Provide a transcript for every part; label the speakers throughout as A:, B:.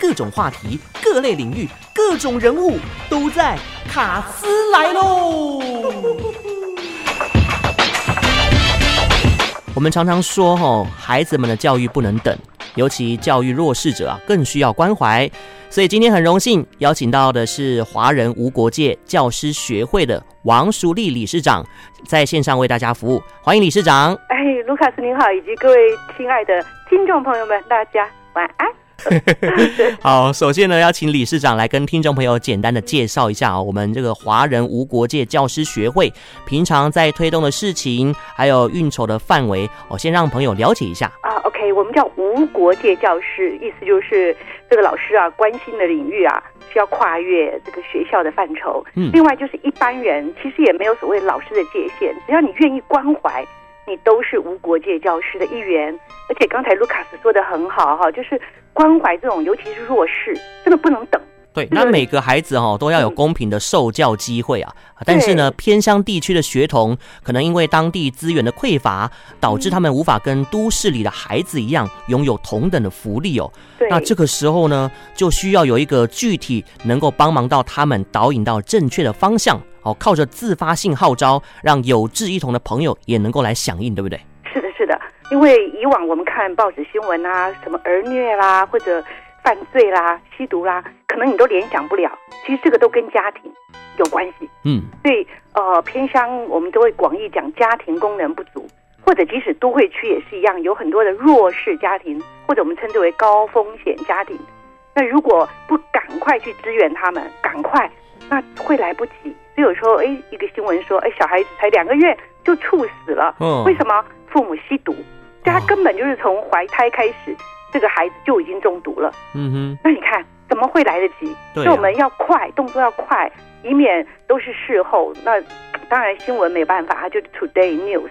A: 各种话题、各类领域、各种人物都在卡斯来喽。 我们常常说，吼，孩子们的教育不能等，尤其教育弱势者啊，更需要关怀。所以今天很荣幸邀请到的是华人无国界教师学会的王淑丽理事长，在线上为大家服务。欢迎理事长。
B: 哎，卢卡斯您好，以及各位亲爱的听众朋友们，大家晚 安。
A: 好，首先呢，要请理事长来跟听众朋友简单的介绍一下哦，我们这个华人无国界教师学会平常在推动的事情，还有运筹的范围哦，先让朋友了解一下。
B: 啊，OK，我们叫无国界教师，意思就是这个老师啊，关心的领域啊是要跨越这个学校的范畴。
A: 嗯
B: 另外就是一般人，其实也没有所谓老师的界限，只要你愿意关怀，你都是无国界教师的一员。而且刚才卢卡斯说的很好哈，就是关怀这种，尤其是弱势，真的不能等。
A: 对，那每个孩子哦都要有公平的受教机会啊，但是呢，偏乡地区的学童可能因为当地资源的匮乏，导致他们无法跟都市里的孩子一样拥有同等的福利哦。
B: 对，
A: 那这个时候呢，就需要有一个具体能够帮忙到他们导引到正确的方向哦，靠着自发性号召，让有志一同的朋友也能够来响应，对不对？
B: 是的，是的，因为以往我们看报纸新闻啊，什么儿虐啦，或者犯罪啦、吸毒啦，可能你都联想不了。其实这个都跟家庭有关系。
A: 嗯，
B: 所以，呃，偏乡我们都会广义讲家庭功能不足，或者即使都会区也是一样，有很多的弱势家庭，或者我们称之为高风险家庭。那如果不赶快去支援他们，赶快，那会来不及。所以有时候，哎，一个新闻说，哎，小孩子才两个月就猝死了，
A: 嗯
B: 为什么？父母吸毒，所以他根本就是从怀胎开始，
A: 哦
B: 这个孩子就已经中毒了。
A: 嗯
B: 那你看，怎么会来得及？
A: 对啊
B: 所以我们要快，动作要快，以免都是事后。那当然新闻没办法，它就是 today news。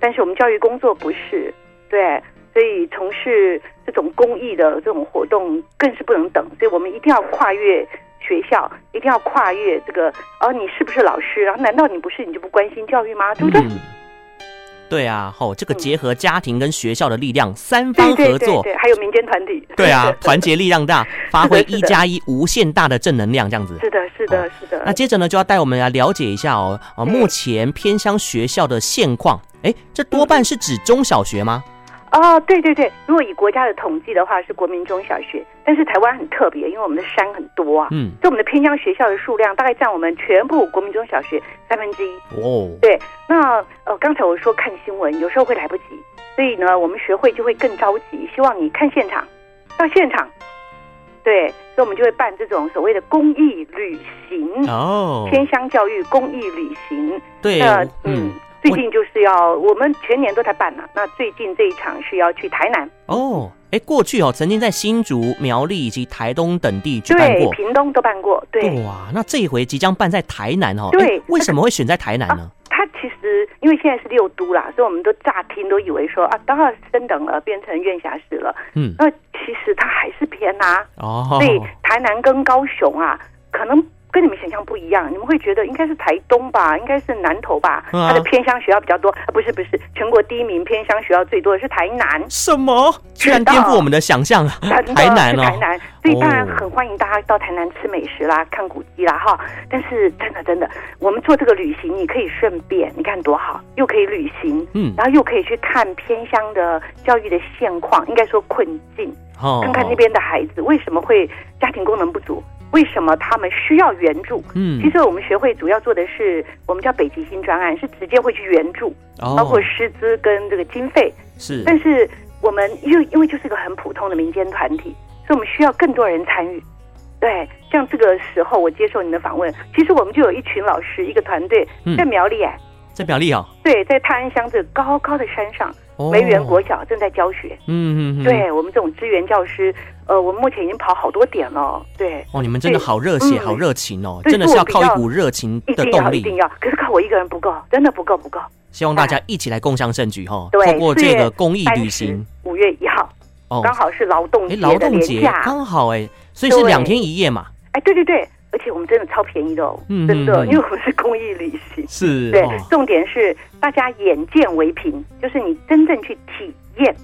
B: 但是我们教育工作不是，对，所以从事这种公益的这种活动更是不能等，所以我们一定要跨越。学校一定要跨越这个，哦，你是不是老师？然后难道你不是，你就不关心教育吗？对
A: 哼，
B: 不对？
A: 嗯。对啊，吼、这个
B: 嗯
A: 结合家庭跟学校的力量，三
B: 对
A: 方
B: 对
A: 合
B: 嗯对
A: 作，
B: 对，还有民间团体。
A: 对 啊，团结力量大，发挥
B: 是的
A: 一加一无限大的正能量，这 样子。
B: 是的，是的，是的。
A: 哦那接着呢，就要带我们来了解一下哦，啊，
B: 对
A: 目前偏乡学校的现况。诶，这多半是指中小学吗？
B: 哦，对对对，如果以国家的统计的话，是国民中小学，但是台湾很特别，因为我们的山很多啊，
A: 嗯，
B: 所以我们的偏乡学校的数量大概占我们全部国民中小学三分之一。
A: 哦，
B: 对，那呃，刚才我说看新闻，有时候会来不及，所以呢，我们学会就会更着急，希望你看现场，到现场，对，所以我们就会办这种所谓的公益旅行，
A: 哦，
B: 偏乡教育公益旅行。
A: 对
B: 那，嗯
A: 嗯，，
B: 最近就是要我们全年都在办呢、那最近这一场是要去台南，
A: 哦，诶，过去哦，曾经在新竹、苗栗以及台东等地举办
B: 对，
A: 过。
B: 屏东都办过，对。
A: 哇，那这一回即将办在台南哦。
B: 对
A: 诶为什么会选在台南 呢？
B: 它其实因为现在是六都啦，所以我们都乍听都以为说啊，当然升等了，变成院辖市了。
A: 嗯，
B: 那其实它还是偏呐、
A: 哦
B: 所，以台南跟高雄啊，可能跟你们想象不一样，你们会觉得应该是台东吧，应该是南投吧，
A: 嗯啊
B: 它的偏乡学校比较多。啊不是不是，全国第一名偏乡学校最多的是台南。
A: 什么？居然颠覆我们的想象 啊！
B: 真的
A: 台南
B: 是
A: 哦，
B: 台南，所以当然
A: 哦
B: 很欢迎大家到台南吃美食啦、看古迹啦哈。但是真的真的，我们做这个旅行，你可以顺便，你看多好，又可以旅行，
A: 嗯，
B: 然后又可以去看偏乡的教育的现况，应该说困境，
A: 哦
B: 看看那，边的孩子为什么会家庭功能不足，为什么他们需要援助。
A: 嗯
B: 其实我们学会主要做的是，我们叫北极星专案，是直接会去援助，包括
A: 哦
B: 师资跟这个经费。
A: 是，
B: 但是我们因为因为就是一个很普通的民间团体，所以我们需要更多人参与。对，像这个时候我接受你的访问，其实我们就有一群老师，一个团队
A: 嗯
B: 在苗栗哎，
A: 在苗栗哦，
B: 对，在泰安乡这个高高的山上，
A: 哦
B: 梅园国小正在教学。
A: 嗯嗯嗯，
B: 对我们这种支援教师，呃，我们目前已经跑好多点了，对。
A: 哦，你们真的好热血，
B: 嗯
A: 好热情哦，
B: 对
A: 真的是要
B: 所以我
A: 靠
B: 比
A: 一
B: 较
A: 股热情
B: 一
A: 的
B: 定要
A: 动
B: 一
A: 力。
B: 定要，可是靠我一个人不够，真的不够不够。
A: 希望大家一起来共襄盛举哈、
B: 对，
A: 透过这个公益旅行，
B: 五月一号
A: 哦
B: 刚好是哎劳动
A: 诶
B: 节
A: 劳
B: 的
A: 动
B: 连
A: 节
B: 假，
A: 刚好哎、所以是
B: 对
A: 两天一夜嘛，
B: 哎，对对对，而且我们真的超便宜的哦，
A: 嗯
B: 真的，
A: 嗯嗯
B: 因为我们是公益旅行。
A: 是
B: 对，
A: 哦，
B: 重点是大家
A: 嗯
B: 眼见为凭，就是你真正去体验，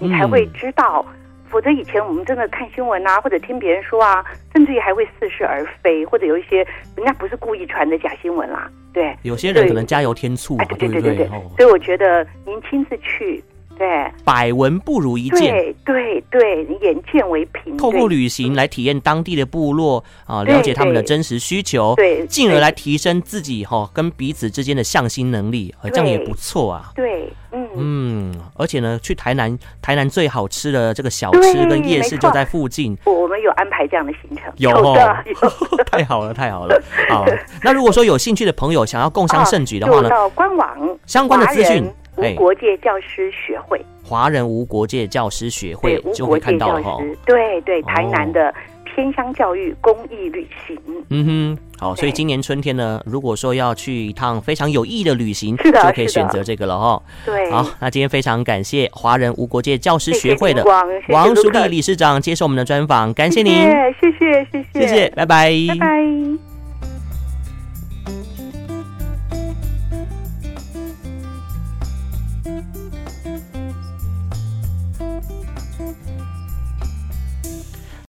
B: 你才会知道否则以前我们真的看新闻啊，或者听别人说啊，甚至于还会似是而非，或者有一些人家不是故意传的假新闻啦、对，
A: 有些人可能加油添醋
B: 哎
A: 嘛，，
B: 对
A: 不
B: 对对对，
A: 哦
B: 所以我觉得您亲自去，对。
A: 百闻不如一见，
B: 对对对，眼见为凭。
A: 透过
B: 对
A: 旅行来体验当地的部落啊，
B: 对
A: 了解他们的
B: 对
A: 真实需求，
B: 对，
A: 进而
B: 对
A: 来提升自己哈、跟彼此之间的向心能力，呃，这样也不错啊。
B: 对，嗯，
A: 嗯，而且呢，去台南，台南最好吃的这个小
B: 对
A: 吃跟夜市
B: 没错
A: 就在附近，
B: 我我们有安排这样的行程，
A: 有
B: 有的，有
A: 太好了，太好了。好，那如果说有兴趣的朋友想要共襄盛举的话
B: 就
A: 呢，
B: 到官网
A: 相关的资讯
B: 啊华人
A: 哎
B: 无国界教师学会，
A: 华人无国界教师学会
B: 对，无
A: 就
B: 国
A: 会
B: 界
A: 看到
B: 教
A: 了哈。
B: 师，对对，
A: 哦
B: 台南的偏乡教育公益旅行，
A: 嗯哼，好，所以
B: 对
A: 今年春天呢，如果说要去一趟非常有意义的旅行，
B: 是的
A: 就可以
B: 是的
A: 选择这个了哈。
B: 对，
A: 好，那今天非常感谢华人无国界教师
B: 谢谢
A: 学会
B: 金
A: 的
B: 光谢谢
A: 王淑
B: Lucas
A: 丽理事长接受我们的专访，感谢您，
B: 谢谢谢谢
A: 谢谢，拜拜
B: 拜拜。